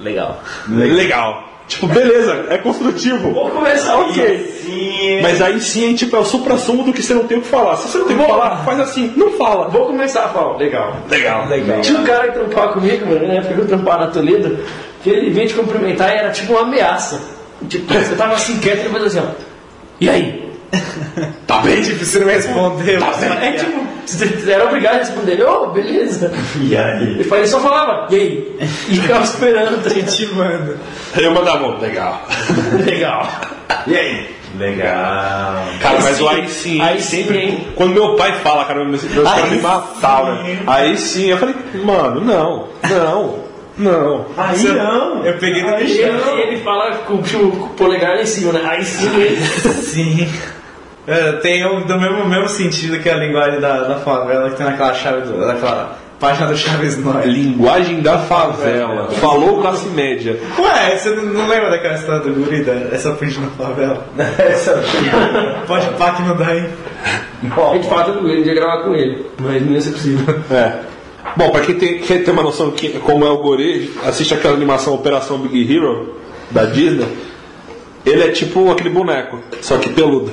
Legal. Legal. Tipo, beleza, é construtivo. Vou começar ok. Sim. Mas aí sim, hein, tipo, é o supra-sumo do que você não tem o que falar. Se você não tem o que falar, faz assim, não fala. Vou começar a falar, legal. Legal. Legal. Tinha um cara que trampava comigo, mano, né? Porque eu trampava na Toledo, que ele vinha te cumprimentar e era tipo uma ameaça. Tipo, você tava assim quieto e ele fazia assim, ó. E aí? Tá bem difícil, você não né? respondeu. Tá certo. É tipo, você era obrigado a responder, ô, beleza. E aí? Ele fa- ele só falava, e aí? E ficava esperando, tá gente? mano. Eu mandava, "Bom, legal. Legal. E aí? Legal. Cara, Aí mas sim. o aí sim, Aí sempre. sim, hein? Quando meu pai fala, cara, meus meus caras me mataram. é Aí sim, eu falei, mano, não, não, não. Aí Você- não. Eu peguei do E bichão. ele, ele fala com, tipo, com o polegar lá em cima, né? Aí sim, ele- Sim. É, tem o do mesmo, mesmo sentido que a linguagem da, da favela que tem naquela chave do- daquela página do Chaves Noy. Linguagem da favela. Falou classe média. Ué, você não, não lembra daquela história do guri, da, essa frente na [laughs] favela? Essa Pode pá que não dá, hein? a gente fala tudo com ele, a gente ia gravar com ele. Mas não ia ser possível. É. Bom, pra quem tem, quer ter uma noção de que- como é o Gore, assiste aquela animação Operação Big Hero da Disney. Ele é tipo aquele boneco, só que peludo.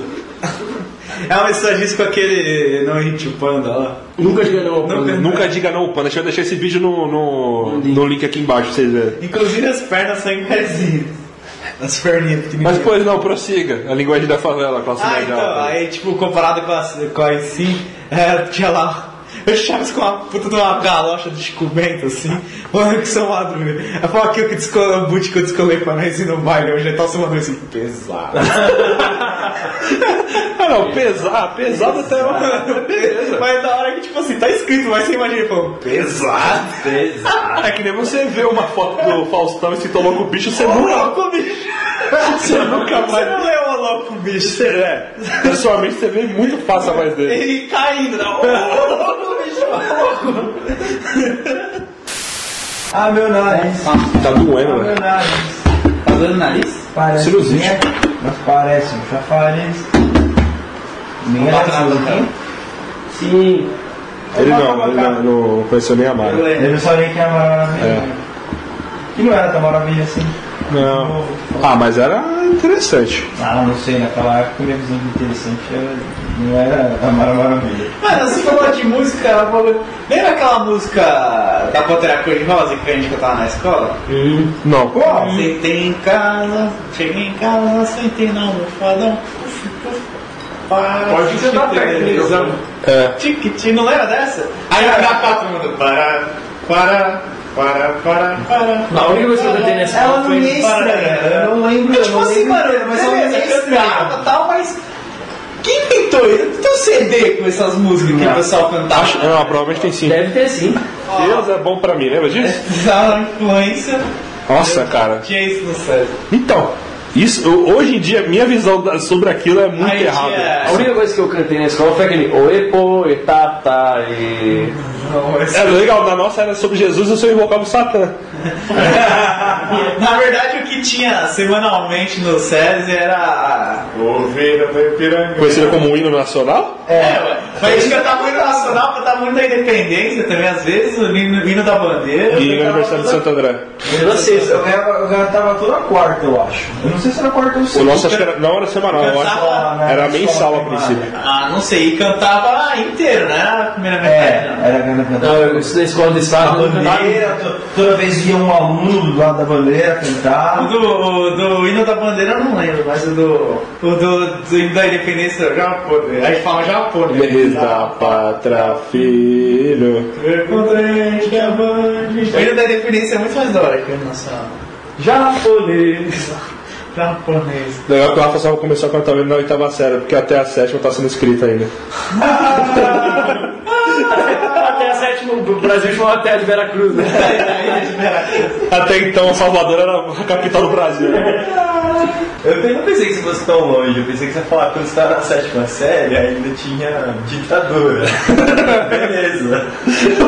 É uma mensagem com aquele não hit o panda lá. Nunca diga não. Nunca. Nunca. Nunca diga não, Panda. Deixa eu deixar esse vídeo no, no, no link aqui embaixo pra vocês verem. Inclusive as pernas são iguaizinhas. As perninhas pequenininhas. Mas pois não, prossiga. A linguagem da favela, classe Ah, média. então, alta. aí tipo, comparado com a, com a IC, é, tinha lá [laughs] o Chaves com uma puta de uma galocha de descoberta, assim, [laughs] olha que são madruga. Aí foi aquilo que descolou, o boot que eu descolei pra nós ir no baile hoje, aí tá o seu madruga assim, pesado. [laughs] Ah não, pesado, pesado até uma. Mas da hora que, tipo assim, tá escrito, mas você imagina, ele falou, pesado. É que nem você vê uma foto do Faustão e se tomou com o bicho, você Ô nunca. louco, bicho! Você nunca Você mais. não leu o louco, bicho, você é. Pessoalmente você vê muito fácil a voz dele. Ele caindo, né? Ô louco, bicho, ô louco. Ah, meu nariz. Tá doendo, Ah, velho. meu nariz. Tá dando nariz? Parece. Cirurgia. né? Mas parece um chafariz. assim. Ninguém Bota na boca. Sim. Ele não, ele não, não conheceu nem a Mara. Ele não sabia que era maravilha. Que não era tão maravilha assim. Não. Ah, mas era interessante. Ah, não sei, naquela época minha visão de interessante era- não era a Mara Maravilha. Mano, você falou de música, ela falou- lembra aquela música da Pantera Cor-de-Rosa que a gente cantava na escola? Hum, Não. Sentei em casa, cheguei em casa, sentei na almofadão, puf, puf, para Pode sentar te perto do ver. microfone. É. Tique, tique, não lembra dessa? Aí vai dar quatro minutos, para, para, para, para, para. A única coisa que eu cantei nessa Ela não foi- me é estranha, eu não lembro. É eu tipo não assim, lembro, mano, mas ela não beleza, me é cantava estranha. e tal, mas quem inventou isso? Tem um CD com essas músicas que o pessoal cantava? Acho, não, provavelmente tem sim. Deve ter sim. Deus é bom pra mim, lembra disso? Precisava de influência, Nossa, cara. tinha isso no cérebro. Então, isso, eu- hoje em dia, minha visão da- sobre aquilo é muito Aí errada. A única coisa que eu cantei na escola foi aquele Oe, pô, e tá, tá, e... Não, esse- É legal, na nossa era sobre Jesus e eu invocava o Satã. É. Na verdade, o que tinha semanalmente no SESI era. Ovelha da Ipiranga. Conhecida como um hino nacional? É, ué. Mas a gente cantava o hino nacional, cantava tá muito da independência também, às vezes, o hino, o hino da bandeira. E Universidade de Santo André. Eu não sei se... Eu ganhava- eu cantava toda quarta, eu acho. Eu não sei se era quarta ou um O sexta. nosso acho que era, não era semanal, eu acho. Era mensal a princípio. Ah, não sei, e cantava inteiro, né? A primeira É, metade. não. era cantava. Não, eu estudei escola de A estado. eu não cantava. bandeira, to- toda vez via um aluno do lado da bandeira O cantar. do, o do hino da bandeira eu não lembro, mas o do. O do, do hino da independência eu já pude. Aí fala Tá. já pude. Eles da pátria, filho. Encontrei diamantes. O hino da independência é muito mais da hora que o hino nacional. Japonês. Japonês. Legal é que o Rafa só começou a cantar o hino na oitava série, porque até a sétima tá sendo escrita ainda. [laughs] Até a sétima, o Brasil chamou até a de Veracruz, né? [laughs] Até então, Salvador era a capital do Brasil. Eu pe- não pensei que você fosse tão longe, eu pensei que você ia falar quando você estava na sétima série ainda tinha ditadura. [laughs] Beleza.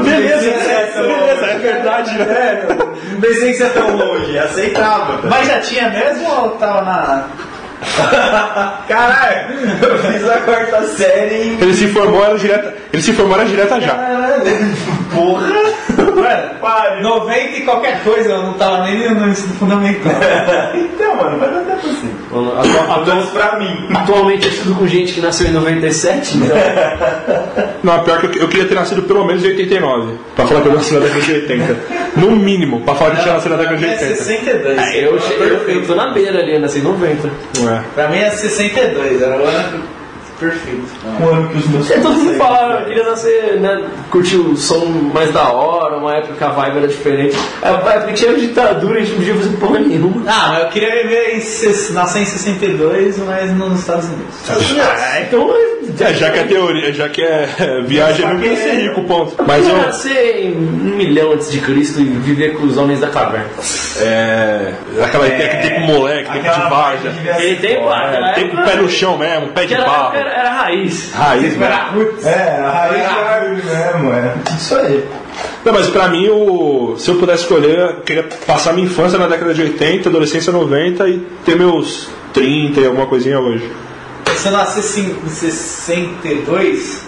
Beleza, beleza, é verdade, né? Não pensei que você ia tão longe, aceitava. Mas já tinha mesmo ou tava na. [laughs] Caralho, eu fiz a quarta série em. Ele se formou, era direta, ele se formou, era direta já. Caralho, porra! Mano, pá, 90 e qualquer coisa, eu não tava nem no ensino fundamental. [laughs] Então, mano, vai dar até possível. Atu- Pelo menos pra mim. Atualmente eu estudo com gente que nasceu em 97, então... Não, é pior que eu, eu queria ter nascido pelo menos em 89. Pra falar que eu nasci na década de 80. No mínimo, pra falar que eu tinha nascido na década de É assim, 80. 62. [laughs] Eu, eu, eu tô na beira ali, eu nasci em 90. Não é. Pra mim é 62, era o ano Perfeito. Um ano que os meus É, todo mundo conseguem, falava, eu velho. queria nascer, né? Curtir o som mais da hora, uma época que a vibe era diferente. É, uma época que tinha ditadura e a gente não podia fazer porra nenhuma. Ah, mas eu queria viver em, ses- nascer em 62, mas nos Estados Unidos. Ah, então. [laughs] É, já que é teoria, já que é, é viagem, não quer ser rico, ponto. Mas eu eu. queria nascer em um milhão antes de Cristo e viver com os homens da caverna. É. Aquela ideia que tem com moleque, tem com de Aquela várzea. é, devia ser Ele tem, pá, aquela Tem com o pé no chão mesmo, pé de Aquela barro. época era, era raiz. Raiz, né? É, a raiz do barulho mesmo, é. Isso aí. Não, mas pra mim, o, se eu pudesse escolher, eu queria passar minha infância na década de 80, adolescência 90 e ter meus 30 e alguma coisinha hoje. Se eu nascesse em 62,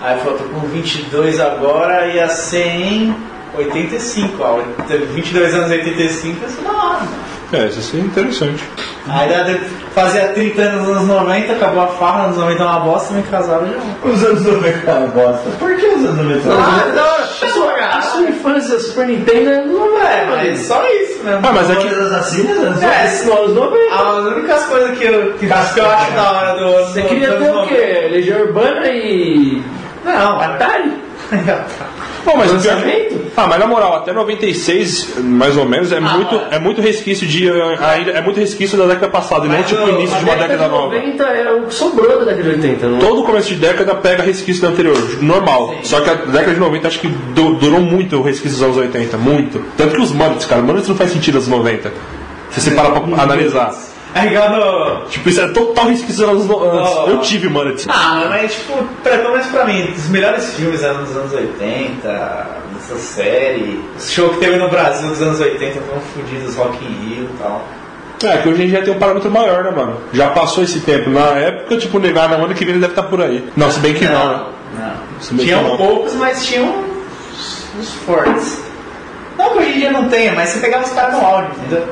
aí falou, tô com 22 agora, ia ser em 85. Ó, ter 22 anos e 85, ia ser da hora. né? É, isso assim é interessante. Aí dá- fazia 30 anos nos anos 90, acabou a farra, nos 90 é uma bosta, me casaram e já. Os anos 90 é uma bosta. Por que os anos 90 é Então, uma bosta? Ah, não, a sua, a sua infância Super Nintendo não é, mas. só isso, né? Ah, mas é que. Todas as assassinas, anos É, esses anos 90. As únicas coisas que eu, que, que eu acho da hora do ano. Você queria ter o quê? Legião Urbana e. Não, Atari? Bom, mas o pior que- Lançamento? Ah, mas na moral, até 96, mais ou menos, é, muito, é muito resquício de. eh, Ainda, é muito resquício da década passada, e não tipo o início de uma década de nova. 90 era é o que sobrou da década de 80, não? é? Todo começo de década pega resquício da anterior, normal. Só que a década de 90 acho que du- durou muito o resquício dos anos 80, muito. Tanto que os Muppets, cara, Muppets não faz sentido nos 90. Se você parar pra Uhum. analisar. É igual no. Tipo, isso é total resquício dos anos 90. Eu tive Muppets. Ah, mas tipo, pra, pelo menos pra mim, os melhores filmes eram dos anos 80, essa série. Esse show que teve no Brasil dos anos 80 foram fodidos, Rock in Rio e tal. É, que hoje a gente já tem um parâmetro maior, né, mano? Já passou esse tempo. Na época, tipo, negar na ano que vem ele deve estar por aí. Não, se bem É. que não, né? não. Se bem que Tinham não. poucos, mas tinham uns uns fortes. Não que hoje em dia não tenha, mas você pegava os caras no áudio, entendeu?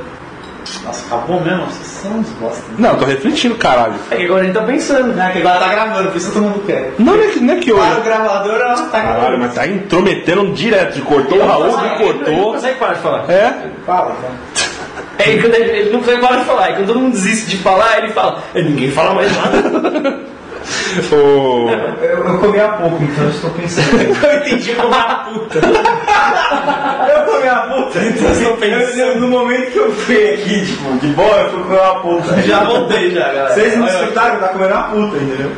Nossa, acabou mesmo? Vocês são uns bosta. né? Não, eu tô refletindo, caralho. É que agora a gente tá pensando, né? Não, que agora tá gravando, por isso todo mundo quer. Não, não é que, não é que Para o Ah. hoje. gravador, ela tá Caralho, gravando. mas tá intrometendo direto. Cortou o Raul, me Não cortou. consegue parar de falar. É? Fala, cara. É, e quando ele, ele não consegue parar de falar. E quando todo mundo desiste de falar, ele fala. "É, Ninguém fala mais [laughs] nada. O... Eu, eu comi há pouco, então eu estou pensando. [laughs] Eu entendi como a puta. eu comi há pouco, então eu estou pensando. Eu- eu- no momento que eu fui aqui, tipo, de boa, eu fui comer uma puta. Já voltei, já, galera. Vocês não Olha, escutaram, tá comendo uma puta, entendeu?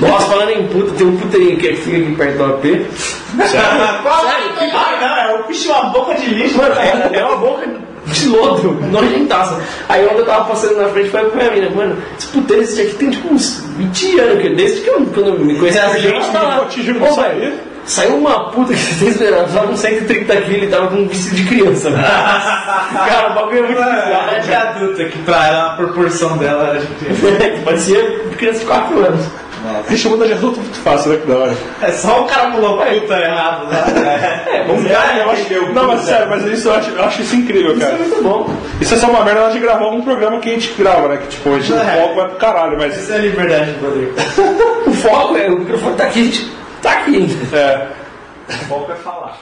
Nossa, falando em puta, tem um puteirinho que fica aqui perto do AP. Qual? Ah, não, é o bicho uma boca de lixo. Mano, é, é uma boca de lodo, nojentaça. Aí ontem eu tava passando na frente e falei pra minha mina, mano, esse puteiro esse aqui tem tipo uns 20 anos, que desde que eu quando eu me conheci Essa por gente, gente tá não lá. pode julgar Ô, isso aí. velho, saiu uma puta que desesperada, tava com 130 quilos e tava com um vestido de criança. [laughs] mano. Cara, o bagulho é muito Ela era bizarro. de adulta, que pra ela a proporção dela era tipo, de criança. né? [laughs] Parecia criança de 4 anos. Ele chamou da adulto muito fácil, né? que Da hora. É só o cara pulou puta errado lá. É, Vamos cara, eu acho que Não, mas sério, mas isso, eu acho, eu acho isso incrível, cara. Muito bom. Isso é só uma merda de gravar um programa que a gente grava, né? Que tipo, a gente o É. foco vai pro caralho, mas. Isso é liberdade de poder. O foco é, o microfone tá aqui, a gente tá aqui ainda. É. O foco é falar.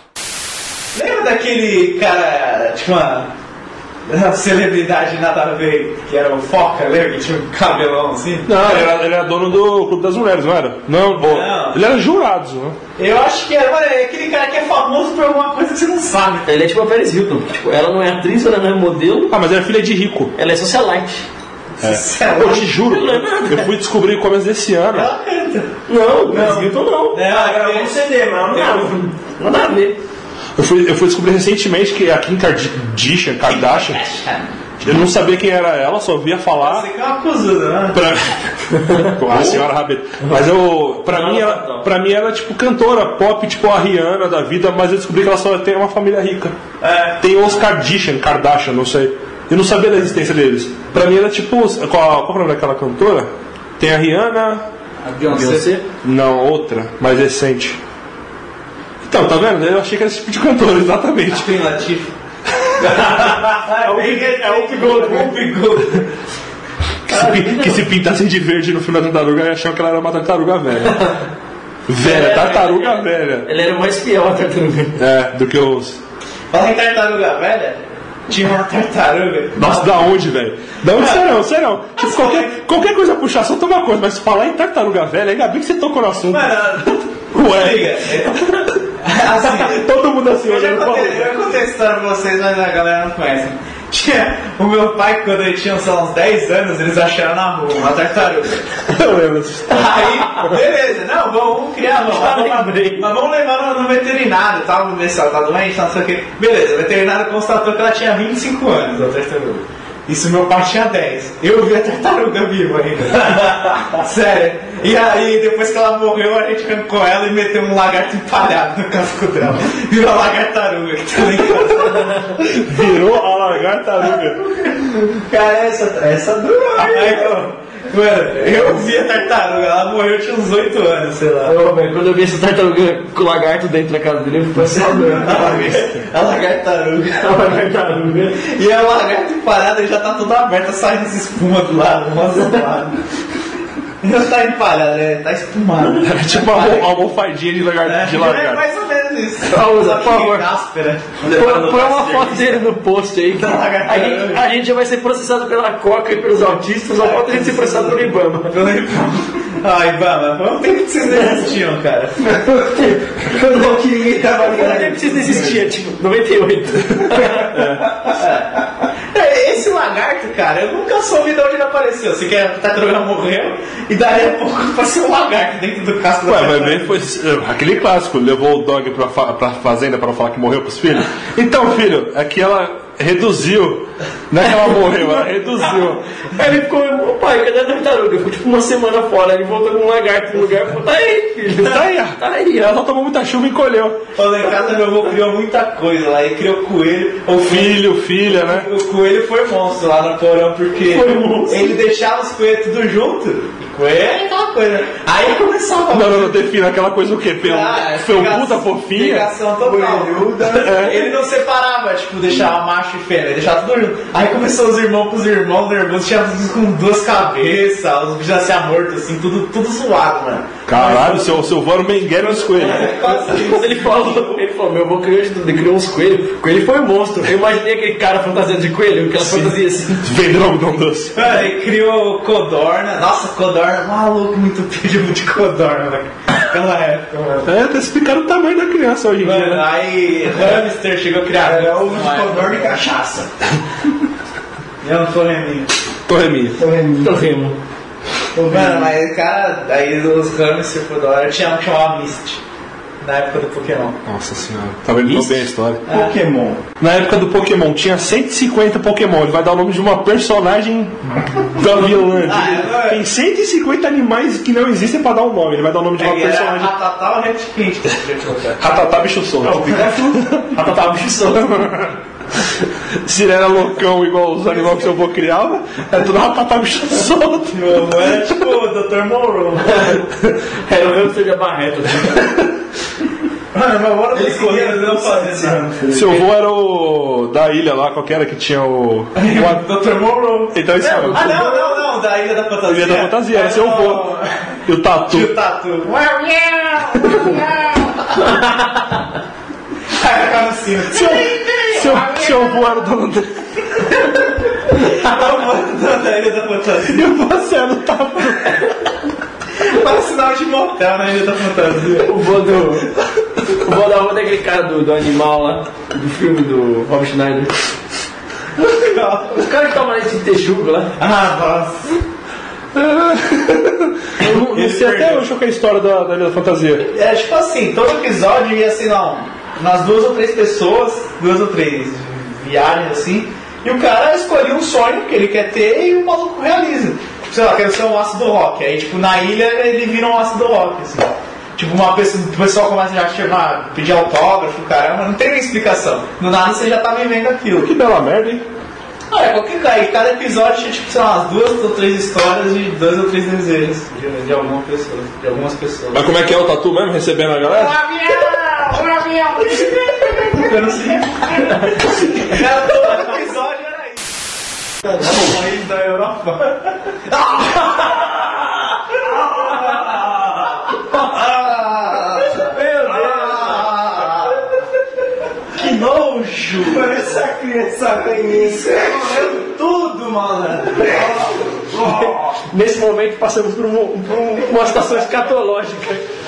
Lembra daquele cara, tipo uma, uma [laughs] celebridade nada a ver, que era o Foca, lembra? Que tinha um cabelão assim? Não, ele era, ele era dono do Clube das Mulheres, não era? Não, pô. Não. Ele era jurado, né? Eu acho que era, mano, é aquele cara que é famoso por alguma coisa que você não sabe. Ele é tipo a Paris Hilton, que, tipo, ela não é atriz, ela não é modelo, Ah, mas era filha de rico. ela é socialite. Sei lá. Eu te juro, eu fui descobrir no começo desse ano. Ela canta. Não, Paris Hilton não. É, ela gravou um CD, mano. Não, nada a ver. Eu fui, eu fui descobrir recentemente que a Kim Kardashian, Kardashian, eu não sabia quem era ela, só via falar. Você que é uma cozuda, né? Pra... a senhora Rabeta. Mas eu. Pra, mim, ela, pra mim ela é tipo cantora pop, tipo a Rihanna da vida, mas eu descobri que ela só tem uma família rica. É. Tem os Kardashian, Kardashian, não sei. Eu não sabia da existência deles. Pra mim era tipo. Qual, qual é o nome daquela cantora? Tem a Rihanna. um Beyoncé? Não, outra, mais recente. Então, tá vendo? Eu achei que era esse tipo de cantora, [laughs] exatamente. Tem [laughs] Latif. é o Big É o Bigold. É o Bigold. Que se, pin- que se pintassem de verde no filme da tartaruga, eu achava que ela era uma tartaruga velha. velha, tartaruga velha. Ela era mais fiel à tartaruga. É, do que os. Fala em tartaruga velha. Tinha uma tartaruga. Nossa, da onde, velho? Da onde serão, serão? Tipo, qualquer, qualquer coisa puxar, só toma coisa, mas falar em tartaruga velha, ainda bem que você tocou no assunto. Mano, Ué, liga. [laughs] Assim, todo mundo assim eu já olhando pra contei, outra. eu contei a história pra vocês, mas a galera não conhece. Tinha, o meu pai, quando ele tinha sei lá, uns 10 anos, eles acharam na rua uma tartaruga. Eu lembro dessa história. Tá Aí, beleza, não, vamos, vamos criar, vamos, mas vamos, mas vamos levar no, no veterinário, tá? Vamos ver se ela tá doente, não sei o que. Beleza, o veterinário constatou que ela tinha 25 anos, a tartaruga. Isso meu pai tinha 10. Eu vi a tartaruga viva ainda. [laughs] Sério. E aí, depois que ela morreu, a gente arrancou ela e meteu um lagarto empalhado no casco dela. Virou a lagartaruga que tá lá em casa. Virou a lagartaruga. [laughs] Cara, essa, essa durou. Aí, eu- Mano, eu vi a tartaruga, ela morreu, eu tinha uns 8 anos, sei lá. Ô, Tá velho, quando eu vi essa tartaruga com o lagarto dentro da casa dele, eu fiquei assim, assustador. A lagartaruga. A lagartaruga. É E é a lagarta empalhada já tá toda aberta, saindo as espumas do lado, rosa do lado. Não tá empalhada, né? Tá espumada. É tipo uma almo- almofadinha de lagarto. De É lagarto. mais ou menos isso. Pausa, Só que por favor. áspera. Põe põe uma foto dele no post aí. que A gente, a gente já vai ser processado pela Coca e pelos autistas, só falta a gente ser processado pelo Ibama. Eu lembro. Ai, Bama, foi um tempo que vocês não existiam, cara. Quando que ninguém tava ligado. Nem precisa existir, tipo, 98. É, Esse lagarto, cara, eu nunca soube de onde ele apareceu. Você quer a tartaruga morreu e daí a pouco apareceu um lagarto dentro do casco da Ué, vai tartaruga. ver, foi eh, aquele clássico, levou o dog pra, fa- pra fazenda pra falar que morreu pros filhos. Então, filho, aqui ela reduziu. Não é que ela morreu, ela reduziu. Aí ele ficou, ô pai, cadê a tartaruga? Ficou tipo uma semana fora, ele voltou com um lagarto no lugar e falou, tá aí, filho. [laughs] Tá aí, ó. Tá aí, ela ó. só tomou muita chuva e encolheu. Ô, Lá em casa meu avô criou muita coisa lá, ele criou coelho, o filho. Filho, filha, né? O coelho foi monstro lá no porão, porque ele deixava os coelhos tudo junto. E coelho é aquela coisa. Aí começava Não, não, não, defina aquela coisa o quê? Pelo, Ah, felpuda pegação- fofinha? Pegação total. É. Ele não separava, tipo, deixava macho e fêmea, ele deixava tudo junto. Aí começou os irmãos com os irmãos, os irmãos tinha os bichos com duas cabeças, os bichos já se morto, assim, tudo, tudo zoado, mano. Caralho, seu, seu vó era um Benguela nos coelhos. Quando ele falou, ele falou, meu avô criou de tudo, um ele criou uns coelhos, coelho foi um monstro. Eu imaginei aquele cara fantasiado de coelho, aquela fantasia assim. Vendeu algodão doce. Mano, ele criou Codorna, nossa, Codorna, maluco, muito pedido de Codorna, velho. Naquela época, mano. É, até explicaram o tamanho da criança hoje em dia, Mano, né? aí hamster chegou a criar. É ovo de Codorna e cachaça. Eu não tô reminho. Torreminha. Então, Remo. Mano, mas cara, aí os Rams, tipo, da hora, tinha um que chamava Mist. Na época do Pokémon. Nossa senhora. Tá vendo Tô bem a história? Pokémon. Na época do Pokémon, tinha 150 Pokémon. Ele vai dar o nome de uma personagem da Vilândia. Ah, é. Tem 150 animais que não existem pra dar um nome. Ele vai dar o nome de uma Aí É. era personagem. Ratatá ou tipo, Redkint que você podia colocar. Ratatá bicho solto. é Ratatá bicho solto. [laughs] Se ele era loucão igual os animais que seu avô criava, é tudo ratatá bicho solto. Meu avô era tipo o Dr. Monroe. É, eu mesmo seja barreto. Mano, meu avô era correndo não fazia nada. Seu avô era o da ilha lá, qual que era que tinha o. o- Dr. Monroe. Então isso é. Ah, não, não, não, da Ilha da Fantasia. Ilha da Fantasia, era É, seu avô. não. [laughs] E o Tatu. Tio Tatu. Uau, yeah, uau, yeah. [laughs] Aí ficava assim, Seu, seu, seu avô era o dono da. tá mandando da Ilha da Fantasia. E você era tá o Tatu. [laughs] Parece sinal de mortal na Ilha da Fantasia. O vô do. O vô da avó daquele cara do, do animal lá, do filme do Rob Schneider. O cara que tava nesse texugo lá. Ah, nossa. Eu não, não Ele sei até perdeu. hoje qual que é a história da, da Ilha da Fantasia. É tipo assim, todo episódio ia assim, não, nas duas ou três pessoas, duas ou três viagens assim, e o cara escolheu um sonho que ele quer ter e o maluco realiza. Sei lá, quero ser um ácido rock. Aí, tipo, na ilha ele vira um ácido rock, assim. Tipo, uma pessoa, o pessoal começa já a te chamar, pedir autógrafo, caramba, não tem nem explicação. No nada você já tá vivendo aquilo. Que bela merda, hein? Ah, é qualquer cara. E cada episódio tinha, tipo, sei lá, umas duas ou três histórias de dois ou três desejos de, de alguma pessoa, de algumas pessoas. como é que é o Tatu mesmo recebendo a galera? Eu não [laughs] sei. Era todo episódio, era isso. Tá, O país da Europa. [laughs] [laughs] Meu Deus. Que nojo. lixo. Olha essa criança arranhista. Eu tudo, malandro. Nesse momento passamos por, um- por um- uma situação escatológica.